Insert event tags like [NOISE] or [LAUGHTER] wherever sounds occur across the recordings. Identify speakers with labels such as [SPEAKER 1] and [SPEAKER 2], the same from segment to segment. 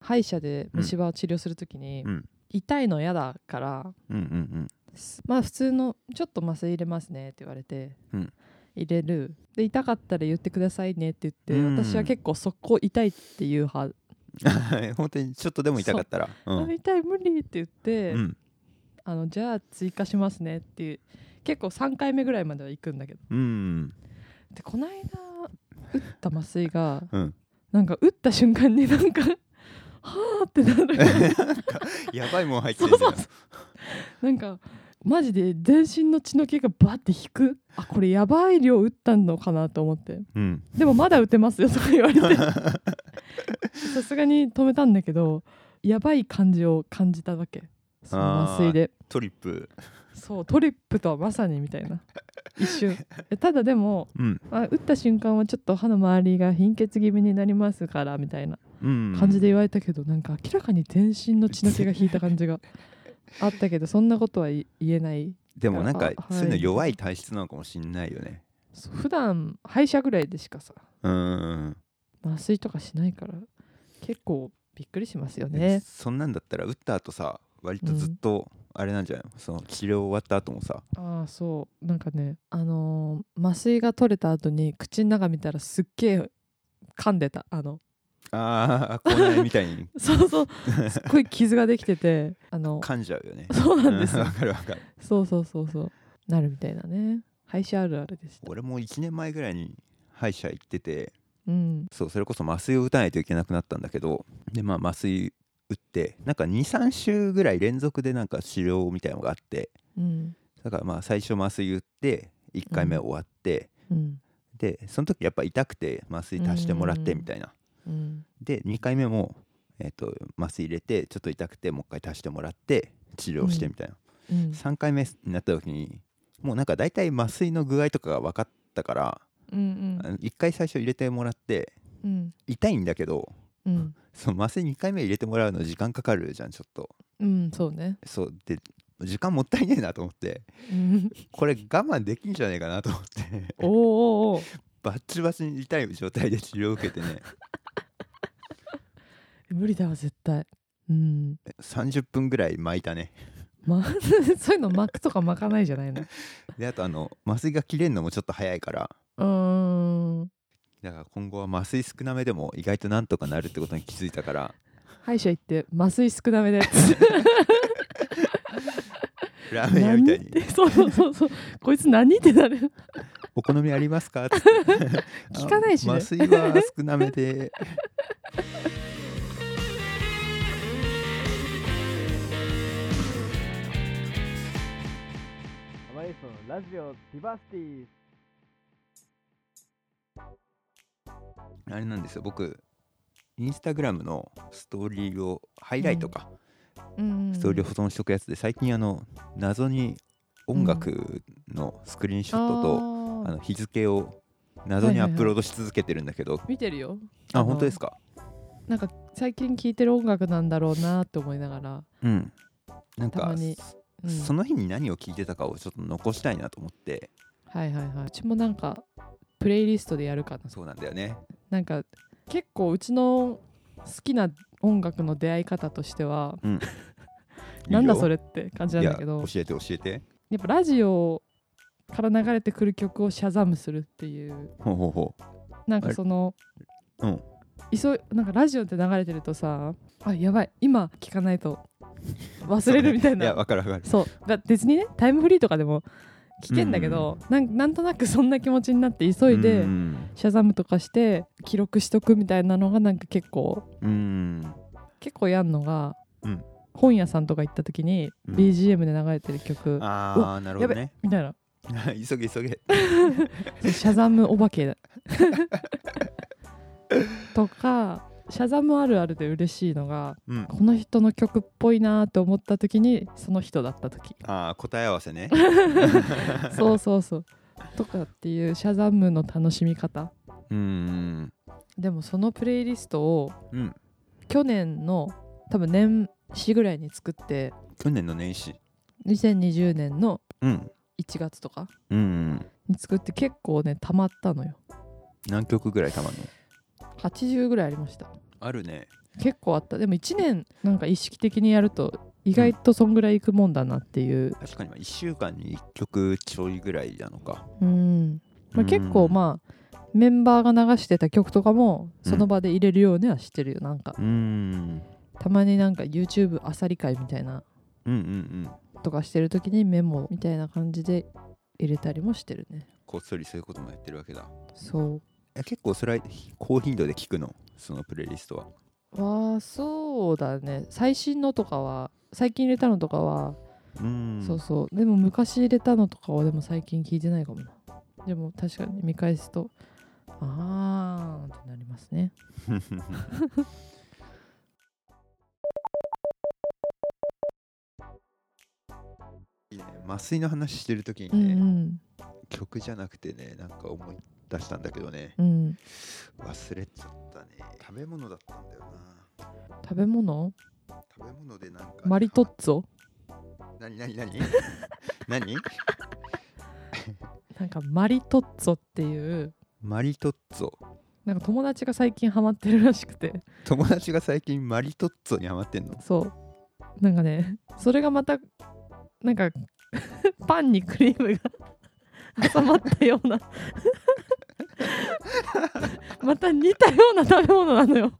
[SPEAKER 1] 歯医者で虫歯を治療するときに、
[SPEAKER 2] うん
[SPEAKER 1] 痛いの嫌だから
[SPEAKER 2] うんうん
[SPEAKER 1] すまあ普通のちょっと麻酔入れますねって言われて、
[SPEAKER 2] うん
[SPEAKER 1] 入れるで痛かったら言ってくださいねって言
[SPEAKER 2] う
[SPEAKER 1] っ
[SPEAKER 2] ん
[SPEAKER 1] て私は結構そこ痛いっていう派、
[SPEAKER 2] うん [LAUGHS] 本当にちょっとでも痛かったらう
[SPEAKER 1] あ
[SPEAKER 2] ん
[SPEAKER 1] 痛い無理って言って、
[SPEAKER 2] うん
[SPEAKER 1] あのじゃあ追加しますねっていう結構3回目ぐらいまでは行くんだけど
[SPEAKER 2] うん
[SPEAKER 1] でこの間打った麻酔が [LAUGHS]
[SPEAKER 2] うん
[SPEAKER 1] なんか打った瞬間になんか [LAUGHS] はあってな
[SPEAKER 2] [LAUGHS]
[SPEAKER 1] る
[SPEAKER 2] やばいもん入ってるじゃん
[SPEAKER 1] なんかマジで全身の血の気がバッて引くあこれやばい量打ったのかなと思って
[SPEAKER 2] うん
[SPEAKER 1] でもまだ打てますよとか言わ
[SPEAKER 2] [LAUGHS]
[SPEAKER 1] れてさすがに止めたんだけどやばい感じを感じたわけその麻酔で
[SPEAKER 2] トリップ
[SPEAKER 1] そうトリップとはまさにみたいな一瞬えただでも
[SPEAKER 2] うん
[SPEAKER 1] あ打った瞬間はちょっと歯の周りが貧血気味になりますからみたいな
[SPEAKER 2] うん
[SPEAKER 1] 感じで言われたけど、なんか明らかに全身の血の気が引いた感じがあったけどそんなことはい言えない
[SPEAKER 2] でもなんか
[SPEAKER 1] あはい
[SPEAKER 2] そういうの弱い体質なのかもしんないよね
[SPEAKER 1] そう普段歯医者ぐらいでしかさ
[SPEAKER 2] うん
[SPEAKER 1] 麻酔とかしないから結構びっくりしますよね
[SPEAKER 2] そんなんだったら打った後さ割とずっとあれなんじゃないのその治療終わった後もさ
[SPEAKER 1] ああそうなんかねあのー麻酔が取れた後に口の中見たらすっげえ噛んでたあの
[SPEAKER 2] ああこうないみたいに
[SPEAKER 1] そうそう [LAUGHS] すっごい傷ができててあの
[SPEAKER 2] 噛んじゃうよね
[SPEAKER 1] [LAUGHS] そうなんです
[SPEAKER 2] う
[SPEAKER 1] よ
[SPEAKER 2] わかるわかる
[SPEAKER 1] そうそうそうそうなるみたいなね歯医者あるあるでした
[SPEAKER 2] 俺も1年前ぐらいに歯医者行ってて
[SPEAKER 1] うん
[SPEAKER 2] そうそれこそ麻酔を打たないといけなくなったんだけどでまあ麻酔打ってなんか23週ぐらい連続でなんか治療みたいなのがあって
[SPEAKER 1] うん
[SPEAKER 2] だからまあ最初麻酔打って1回目終わって、
[SPEAKER 1] うん
[SPEAKER 2] でその時やっぱ痛くて麻酔足してもらってみたいな、
[SPEAKER 1] うん
[SPEAKER 2] で2回目も、えっと麻酔入れてちょっと痛くてもう一回足してもらって治療してみたいな、
[SPEAKER 1] うん
[SPEAKER 2] 3回目になった時にもうなんか大体麻酔の具合とかが分かったから、
[SPEAKER 1] うん
[SPEAKER 2] 1回最初入れてもらって
[SPEAKER 1] うん
[SPEAKER 2] 痛いんだけど
[SPEAKER 1] [LAUGHS] うん
[SPEAKER 2] その麻酔2回目入れてもらうの時間かかるじゃんちょっと
[SPEAKER 1] うんそうね
[SPEAKER 2] そうで時間もったいねえなと思って
[SPEAKER 1] うん
[SPEAKER 2] これ我慢できんじゃねえかなと思って [LAUGHS]
[SPEAKER 1] おーおーおー
[SPEAKER 2] バッチバチに痛い状態で治療を受けてね
[SPEAKER 1] 無理だわ絶対うん
[SPEAKER 2] 30分ぐらい巻いたね
[SPEAKER 1] ま [LAUGHS] そういうの巻くとか巻かないじゃない
[SPEAKER 2] [LAUGHS]
[SPEAKER 1] の
[SPEAKER 2] であとあの麻酔が切れるのもちょっと早いから
[SPEAKER 1] うーん
[SPEAKER 2] だから今後は麻酔少なめでも意外となんとかなるってことに気づいたから
[SPEAKER 1] 歯医者行って麻酔少なめで
[SPEAKER 2] ラーメン屋みたい
[SPEAKER 1] っ
[SPEAKER 2] に
[SPEAKER 1] て [LAUGHS] そうそうそうそうこいつ何ってなる
[SPEAKER 2] 「お好みありますか?」っつ [LAUGHS] って
[SPEAKER 1] 聞かないしね
[SPEAKER 2] あ麻酔は少なめで
[SPEAKER 3] 浜エスのラジオディバーシティ
[SPEAKER 2] あれなんですよ僕インスタグラムのストーリーをハイライトか、
[SPEAKER 1] うん
[SPEAKER 2] ストーリーを保存しとくやつで最近あの謎に音楽のスクリーンショットと、
[SPEAKER 1] と
[SPEAKER 2] あの日付を謎にアップロードし続けてるんだけど、
[SPEAKER 1] 見てるよ
[SPEAKER 2] あ本当ですか
[SPEAKER 1] なんか最近聴いてる音楽なんだろうなって思いながら、
[SPEAKER 2] うんなん
[SPEAKER 1] た
[SPEAKER 2] か
[SPEAKER 1] まにうん
[SPEAKER 2] その日に何を聞いてたかをちょっと残したいなと思って
[SPEAKER 1] はいはいはいうちもなんかプレイリストでやるかな
[SPEAKER 2] そうなんだよね
[SPEAKER 1] なんか結構うちの好きな音楽の出会い方としてはなんだそ
[SPEAKER 2] れ
[SPEAKER 1] れって感じなんだけど
[SPEAKER 2] いや教えて教えて
[SPEAKER 1] やっぱラジオから流れてくる曲をシャザムするっていう
[SPEAKER 2] ほうほうほ
[SPEAKER 1] なんかその
[SPEAKER 2] ううん
[SPEAKER 1] 急いなんかラジオって流れてるとさあやばい今聞かないと忘れるみたい
[SPEAKER 2] いや
[SPEAKER 1] な
[SPEAKER 2] わかるわかる
[SPEAKER 1] そう,、だ別にねタイムフリーとかでも聞けんだけど、なんなんとなくそんな気持ちになって急いで、
[SPEAKER 2] うん
[SPEAKER 1] シャザムとかして記録しとくみたいなのがなんか結構
[SPEAKER 2] うん
[SPEAKER 1] 結構やんのが、
[SPEAKER 2] うん
[SPEAKER 1] 本屋さんとか行った時に
[SPEAKER 2] うん
[SPEAKER 1] BGM で流れてる曲、
[SPEAKER 2] ああなるほどね
[SPEAKER 1] みたいな
[SPEAKER 2] [LAUGHS] 急げ急
[SPEAKER 1] シ
[SPEAKER 2] げ
[SPEAKER 1] ャザムお化け [LAUGHS] だとかシャザムあるあるで嬉しいのが
[SPEAKER 2] うん
[SPEAKER 1] この人の曲っぽいなと思った時にその人だった
[SPEAKER 2] [LAUGHS]
[SPEAKER 1] 時
[SPEAKER 2] ああ答え合わせ
[SPEAKER 1] [LAUGHS]
[SPEAKER 2] ね
[SPEAKER 1] そうそうそうとかっていうシャザムの楽しみ方
[SPEAKER 2] うん
[SPEAKER 1] でもそのプレイリストを
[SPEAKER 2] うん
[SPEAKER 1] 去年の多分年始ぐらいに作って
[SPEAKER 2] 去年の年始
[SPEAKER 1] 2020年の
[SPEAKER 2] うん
[SPEAKER 1] 1月とか
[SPEAKER 2] うん
[SPEAKER 1] に作って結構ねたまったのよ
[SPEAKER 2] 何曲ぐらいたまんの
[SPEAKER 1] 80ぐらいありました
[SPEAKER 2] あるね
[SPEAKER 1] 結構あったでも1年なんか意識的にやると意外とそんぐらいいくもんだなっていう、
[SPEAKER 2] 確かにまあ1週間に1曲ちょいぐらいなのか
[SPEAKER 1] うんま
[SPEAKER 2] う
[SPEAKER 1] あ、
[SPEAKER 2] ん
[SPEAKER 1] 結構まあメンバーが流してた曲とかもその場で入れるようにはしてるよなんか
[SPEAKER 2] うーん
[SPEAKER 1] たまになんか YouTube あさり会みたいな
[SPEAKER 2] うんうんうん
[SPEAKER 1] とかしてる時にメモみたいな感じで入れたりもしてるね
[SPEAKER 2] こっそりそういうこともやってるわけだ
[SPEAKER 1] そう
[SPEAKER 2] え結構それは高頻度で聞くのそのプレイリストは
[SPEAKER 1] わあそうだね最新のとかは最近入れたのとかは、
[SPEAKER 2] うーん
[SPEAKER 1] そうそうでも昔入れたのとかはでも最近聞いてないかもなでも確かに見返すとあーってなりますね
[SPEAKER 2] [LAUGHS] いいね麻酔の話してる時
[SPEAKER 1] う
[SPEAKER 2] にね、
[SPEAKER 1] ん
[SPEAKER 2] 曲じゃなくてねなんか思い出したんだけどね
[SPEAKER 1] うんうん
[SPEAKER 2] 忘れちゃったね食べ物だったんだよな
[SPEAKER 1] 食べ物
[SPEAKER 2] 食べ物でなんか
[SPEAKER 1] マリトッツォ
[SPEAKER 2] 何
[SPEAKER 1] [LAUGHS]
[SPEAKER 2] 何何何
[SPEAKER 1] なんかマリトッツォっていう
[SPEAKER 2] マリトッツォ
[SPEAKER 1] なんか友達が最近ハマってるらしくて
[SPEAKER 2] 友達が最近マリトッツォにハマってんの
[SPEAKER 1] そうなんかねそれがまたなんか [LAUGHS] パンにクリームが [LAUGHS] 挟まったようなまた似たような食べ物なのよ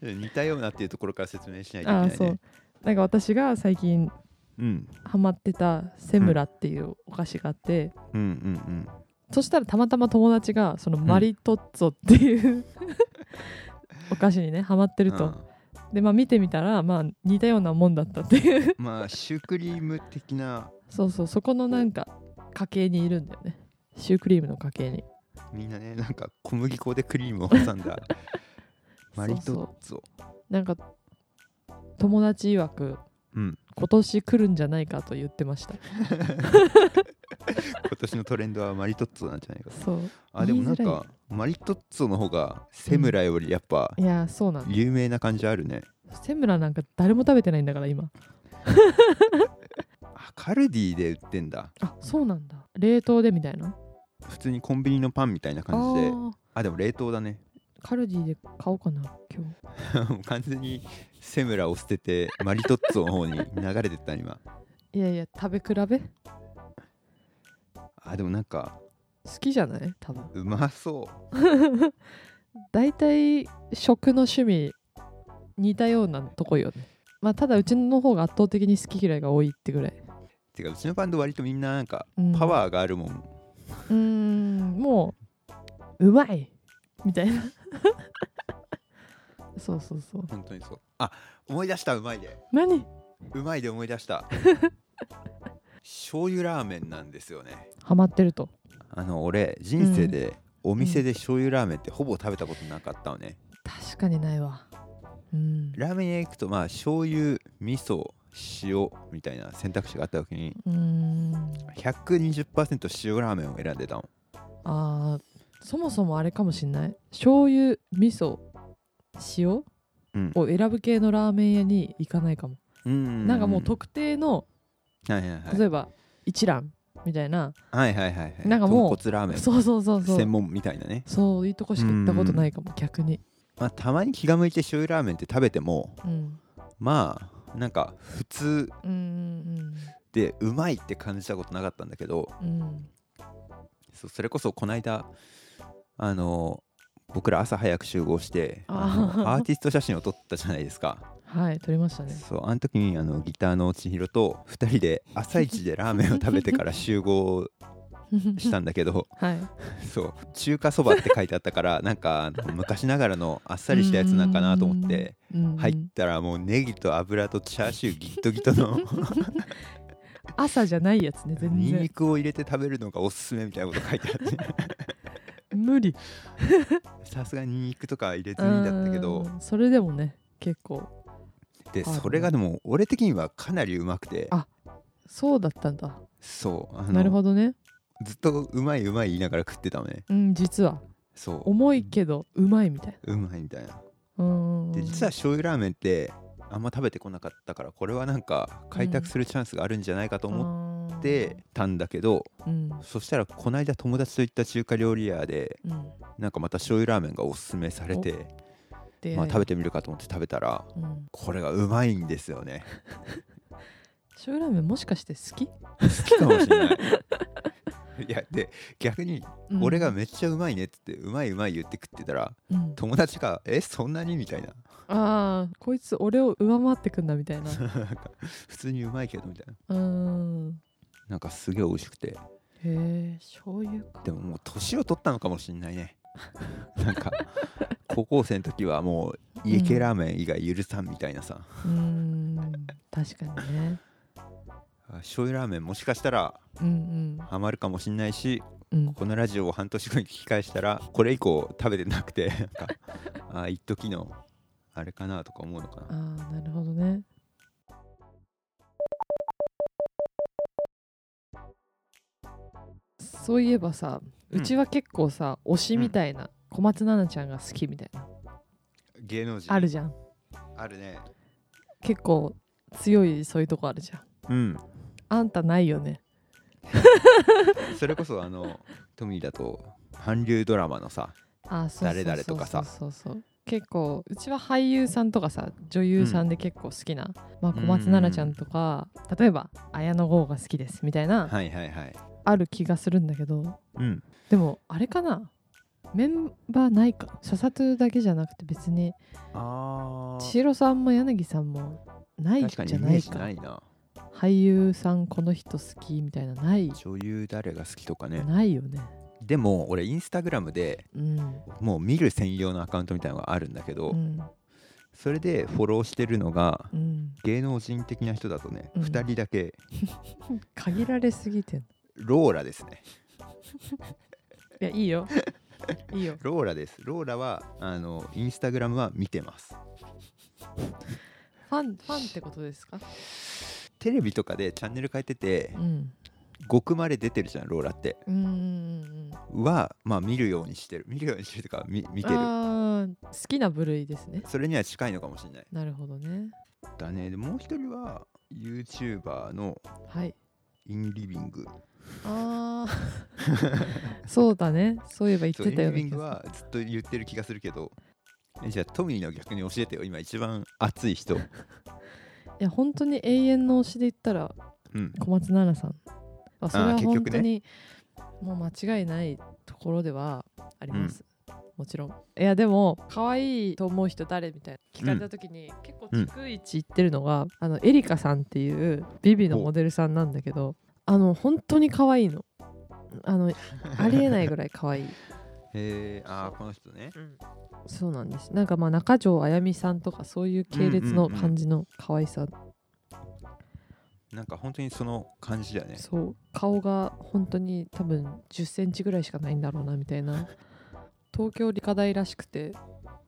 [SPEAKER 2] 似たようなっていうところから説明しないといけ
[SPEAKER 1] あ
[SPEAKER 2] な
[SPEAKER 1] あ
[SPEAKER 2] い
[SPEAKER 1] そ
[SPEAKER 2] ね
[SPEAKER 1] うなんか私が最近
[SPEAKER 2] うん
[SPEAKER 1] ハマってたセムラっていうお菓子があって、
[SPEAKER 2] うんうん
[SPEAKER 1] そしたらたまたま友達がそのマリトッツォっていう、お菓子にねハマって
[SPEAKER 2] うん
[SPEAKER 1] ると、
[SPEAKER 2] うん
[SPEAKER 1] でまあ見てみたらまあ似たようなもんだったっていう
[SPEAKER 2] まあシュークリーム的な
[SPEAKER 1] そうそうそこのなんか家系にいるんだよねシュークリームの家系に
[SPEAKER 2] みんなねなんか小麦粉でクリーム
[SPEAKER 1] [LAUGHS]
[SPEAKER 2] を挟んだマリトッツォ
[SPEAKER 1] なんか友達曰く
[SPEAKER 2] うん
[SPEAKER 1] 今年来るんじゃないかと言ってま
[SPEAKER 2] [LAUGHS]
[SPEAKER 1] した
[SPEAKER 2] 今年のトレンドはマリトッツォなんじゃないか
[SPEAKER 1] そう
[SPEAKER 2] あでもなん
[SPEAKER 1] 言いづら
[SPEAKER 2] かマリトッツォの方がセムラよりやっぱ
[SPEAKER 1] いやそうなんだ
[SPEAKER 2] 有名な感じあるね、
[SPEAKER 1] セムラなんか誰も食べてないんだから今
[SPEAKER 2] あカルディで売ってんだ
[SPEAKER 1] あそうなんだ冷凍でみたいな
[SPEAKER 2] 普通にコンビニのパンみたいな感じで
[SPEAKER 1] あ
[SPEAKER 2] あでも冷凍だね [LAUGHS]
[SPEAKER 1] ーカルディで買おうかな今日
[SPEAKER 2] もう完全にセムラを捨ててマリトッツォの方に流れてった今
[SPEAKER 1] いやいや食べ比べ好
[SPEAKER 2] あでもなんか
[SPEAKER 1] きじゃない多分
[SPEAKER 2] うまそう
[SPEAKER 1] 大体食の趣味似たようなとこよねまあただうちの方が圧倒的に好き嫌いが多いってぐらい、
[SPEAKER 2] てかうちのバンド割とみんななんか
[SPEAKER 1] うん、
[SPEAKER 2] パワーがあるもん
[SPEAKER 1] うーんもううまいみたい
[SPEAKER 2] [LAUGHS]
[SPEAKER 1] なそうそうそう
[SPEAKER 2] 本当にそうあ思い出したうまいで
[SPEAKER 1] 何
[SPEAKER 2] うまいで思い出した
[SPEAKER 1] [LAUGHS]
[SPEAKER 2] 醤油ラーメンなんですよね
[SPEAKER 1] ハマってると
[SPEAKER 2] あの俺人生でお店で醤油ラーメンってほぼ食べたことなかったのね、
[SPEAKER 1] 確かにないわうん
[SPEAKER 2] ラーメン屋行くとまあ醤油味噌塩みたいな選択肢があった時に
[SPEAKER 1] うーん
[SPEAKER 2] 120%塩ラーメンを選んでたの
[SPEAKER 1] あーそもそもあれかもしんない醤油味噌塩、
[SPEAKER 2] うん
[SPEAKER 1] を選ぶ系のラーメン屋に行かないかも、
[SPEAKER 2] うん
[SPEAKER 1] なんかもう特定の
[SPEAKER 2] はいはいはい
[SPEAKER 1] 例えば一蘭みたいな、
[SPEAKER 2] はいはいはいはい
[SPEAKER 1] なんかもう
[SPEAKER 2] 豚骨ラーメン
[SPEAKER 1] そうそうそうそう
[SPEAKER 2] 専門みたいなね、
[SPEAKER 1] そういうとこしか行ったことないかも逆に
[SPEAKER 2] まあ、たまに気が向いて醤油ラーメンって食べても
[SPEAKER 1] うん
[SPEAKER 2] まあなんか普通
[SPEAKER 1] うんうん
[SPEAKER 2] でうまいって感じたことなかったんだけど
[SPEAKER 1] うんうん
[SPEAKER 2] そそれこそこの間あの僕ら朝早く集合してあの
[SPEAKER 1] あー
[SPEAKER 2] アーティスト写真を撮ったじゃないですか
[SPEAKER 1] [LAUGHS] はい撮りましたね
[SPEAKER 2] そうあの時にあのギターの千尋と2人で朝一でラーメンを食べてから集合したんだけど
[SPEAKER 1] はい
[SPEAKER 2] そう中華そばって書いてあっ
[SPEAKER 1] [LAUGHS]
[SPEAKER 2] たからなんかあの昔ながらのあっさりしたやつなんかなと思って
[SPEAKER 1] うんうん
[SPEAKER 2] 入ったらもうネギと油とチャーシューギットギトの
[SPEAKER 1] 朝じゃないやつね [LAUGHS] 全
[SPEAKER 2] ニンニ
[SPEAKER 1] 然
[SPEAKER 2] クを入れて食べるのがおすすめみたいなこと書いてあって
[SPEAKER 1] 無理 [LAUGHS]
[SPEAKER 2] さすがにニンニクとかは入れずにだったけど
[SPEAKER 1] うんそれでもね結構
[SPEAKER 2] で
[SPEAKER 1] あるね
[SPEAKER 2] それがでも俺的にはかなりうまくて
[SPEAKER 1] あそうだったんだ
[SPEAKER 2] そうあの
[SPEAKER 1] なるほどね
[SPEAKER 2] ずっとうまいうまい言いながら食ってたのね
[SPEAKER 1] うん実は
[SPEAKER 2] そう
[SPEAKER 1] 重いけどうまいみたいう
[SPEAKER 2] まいみたいな
[SPEAKER 1] なうん
[SPEAKER 2] で実は醤油ラーメンってあんま食べてこなかったからこれはなんか開拓するチャンスがあるんじゃないかと思
[SPEAKER 1] 思
[SPEAKER 2] ってたんだけど、
[SPEAKER 1] うん
[SPEAKER 2] そしたらこないだ友達と行った中華料理屋で
[SPEAKER 1] うん
[SPEAKER 2] なんかまた醤油ラーメンがおすすめされて
[SPEAKER 1] 出会い
[SPEAKER 2] まあ、食べてみるかと思って食べたら
[SPEAKER 1] うん
[SPEAKER 2] これがうまいんですよね
[SPEAKER 1] 醤油ラーメンもしかして好き、
[SPEAKER 2] 好きかもしれないいやで逆に
[SPEAKER 1] うん
[SPEAKER 2] 俺が、めっちゃうまいねっつってうまいうまい言って食ってたら
[SPEAKER 1] うん
[SPEAKER 2] 友達が「えそんなに?」みたいな [LAUGHS]
[SPEAKER 1] あーこいつ俺を上回ってくんだみたいな
[SPEAKER 2] 普通にうまいけどみたいな
[SPEAKER 1] うん
[SPEAKER 2] なんかすげえ美味しくて
[SPEAKER 1] へえ醤油か
[SPEAKER 2] でももう年を取ったのかもしんないねなんか高校生の時はもう家系ラーメン以外許さんみたいなさ、
[SPEAKER 1] うん確かにね
[SPEAKER 2] あ醤油ラーメンもしかしたら
[SPEAKER 1] うん
[SPEAKER 2] ハマるかもしんないし
[SPEAKER 1] うんうん
[SPEAKER 2] このラジオを半年後に聞き返したらこれ以降食べてなくてなん
[SPEAKER 1] [LAUGHS]
[SPEAKER 2] かあ一時のあれかなとか思うのか
[SPEAKER 1] あ
[SPEAKER 2] な
[SPEAKER 1] あなるほどねそういえばさ
[SPEAKER 2] うん
[SPEAKER 1] うちは結構さ、推しみたいな、小松菜奈ちゃんが好きみたいな
[SPEAKER 2] 芸能人
[SPEAKER 1] あるじゃん
[SPEAKER 2] あるね
[SPEAKER 1] 結構強いそういうとこあるじゃん
[SPEAKER 2] うん
[SPEAKER 1] あんたないよね
[SPEAKER 2] それこそあのトミーだと韓流ドラマのさ
[SPEAKER 1] あそうそうそうそう
[SPEAKER 2] 誰々とかさ
[SPEAKER 1] そうそうそう結構うちは俳優さんとかさ女優さんで結構好きな、まあ、小松菜奈ちゃんとか、例えば綾野剛が好きですみたいな、
[SPEAKER 2] はいはいはい
[SPEAKER 1] ある気がするんだけど
[SPEAKER 2] うん
[SPEAKER 1] でもあれかなメンバーないかササトゥだけじゃなくて別に
[SPEAKER 2] あ
[SPEAKER 1] 千尋さんも柳さんもないん
[SPEAKER 2] 確
[SPEAKER 1] じゃ
[SPEAKER 2] かにイメ
[SPEAKER 1] な
[SPEAKER 2] ー
[SPEAKER 1] い
[SPEAKER 2] ジ
[SPEAKER 1] か
[SPEAKER 2] ないな
[SPEAKER 1] 俳優さんこの人好きみたいなない
[SPEAKER 2] 女優誰が好きとかね
[SPEAKER 1] ないよね
[SPEAKER 2] でも俺インスタグラムで
[SPEAKER 1] うん、
[SPEAKER 2] もう見る専用のアカウントみたいなのがあるんだけど、
[SPEAKER 1] うん
[SPEAKER 2] それでフォローしてるのが
[SPEAKER 1] うん、
[SPEAKER 2] 芸能人的な人だとね、
[SPEAKER 1] うん
[SPEAKER 2] 2人だけ
[SPEAKER 1] 限られすぎてんい
[SPEAKER 2] ローラですね
[SPEAKER 1] やいいよ [LAUGHS] いいよ
[SPEAKER 2] ローラですローラはあのインスタグラムは見てます
[SPEAKER 1] ファンファンってことですか
[SPEAKER 2] テレビとかでチャンネル変えてて
[SPEAKER 1] うん
[SPEAKER 2] 極まで出てるじゃんローラって
[SPEAKER 1] うんうんうん
[SPEAKER 2] はまあ見るようにしてる見るようにしてるとか見見てる
[SPEAKER 1] あー好きな部類ですね
[SPEAKER 2] それには近いのかもしれない
[SPEAKER 1] なるほどね
[SPEAKER 2] だねでもう一人は YouTuber の
[SPEAKER 1] はい
[SPEAKER 2] インリビング
[SPEAKER 1] あ
[SPEAKER 2] [LAUGHS]
[SPEAKER 1] ーそうだねそういえば言っ
[SPEAKER 2] そう
[SPEAKER 1] て
[SPEAKER 2] イン
[SPEAKER 1] たよ
[SPEAKER 2] リ
[SPEAKER 1] うな
[SPEAKER 2] ビ
[SPEAKER 1] 気
[SPEAKER 2] ング
[SPEAKER 1] がする
[SPEAKER 2] はずっと言ってる気がするけどえじゃあトミーの逆に教えてよ今一番熱い
[SPEAKER 1] [LAUGHS]
[SPEAKER 2] 人
[SPEAKER 1] いや本当に永遠の推しで言ったら
[SPEAKER 2] うん
[SPEAKER 1] 小松菜奈さんあそれは
[SPEAKER 2] 結
[SPEAKER 1] 本
[SPEAKER 2] 局
[SPEAKER 1] 当
[SPEAKER 2] ね
[SPEAKER 1] にもう間違いないところではあります、もちろんいやでも可愛いと思う人誰みたいな聞かれた時に、結構逐一言ってるのが、あのエリカさんっていうビビのモデルさんなんだけどあの本当に可愛いのあのありえないぐらい可 [LAUGHS] 愛い
[SPEAKER 2] へえあーこの人ね
[SPEAKER 1] そうなんですなんかまあ中条あやみさんとかそういう系列の感じの可愛さ、
[SPEAKER 2] なんか本当にその感じだよね
[SPEAKER 1] そう顔が本当に多分1 0ンチぐらいしかないんだろうなみたい
[SPEAKER 2] [LAUGHS]
[SPEAKER 1] な東京理科大らしくて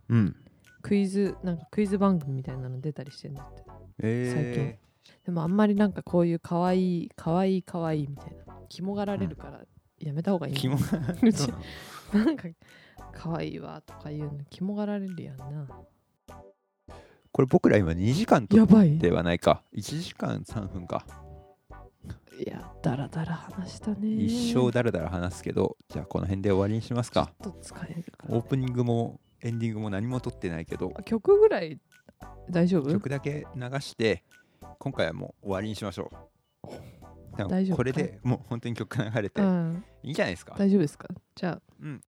[SPEAKER 2] うん
[SPEAKER 1] クイズなんかクイズ番組みたいなの出たりしてんだって
[SPEAKER 2] え
[SPEAKER 1] でもあんまりなんかこういう可愛い可愛い可愛いみたいな肝がられるからやめた方がい
[SPEAKER 2] ー、
[SPEAKER 1] い、
[SPEAKER 2] キモ
[SPEAKER 1] うち
[SPEAKER 2] そうなの
[SPEAKER 1] [LAUGHS] なんか可愛いわとか言うの肝がられるやんな
[SPEAKER 2] これ僕ら今2時間と
[SPEAKER 1] やばい
[SPEAKER 2] ではないか1時間3分か
[SPEAKER 1] いやだらだら話したね
[SPEAKER 2] 一生だらだら話すけどじゃあこの辺で終わりにしますか
[SPEAKER 1] ちょっと疲れるからね、
[SPEAKER 2] オープニングもエンディングも何も撮ってないけど
[SPEAKER 1] あ曲ぐらい大丈夫
[SPEAKER 2] 曲だけ流して今回はもう終わりにしましょう
[SPEAKER 1] 大丈夫
[SPEAKER 2] これでもう本当に曲流れて
[SPEAKER 1] うん
[SPEAKER 2] いいんじゃないですか
[SPEAKER 1] 大丈夫ですかじゃあ
[SPEAKER 2] うん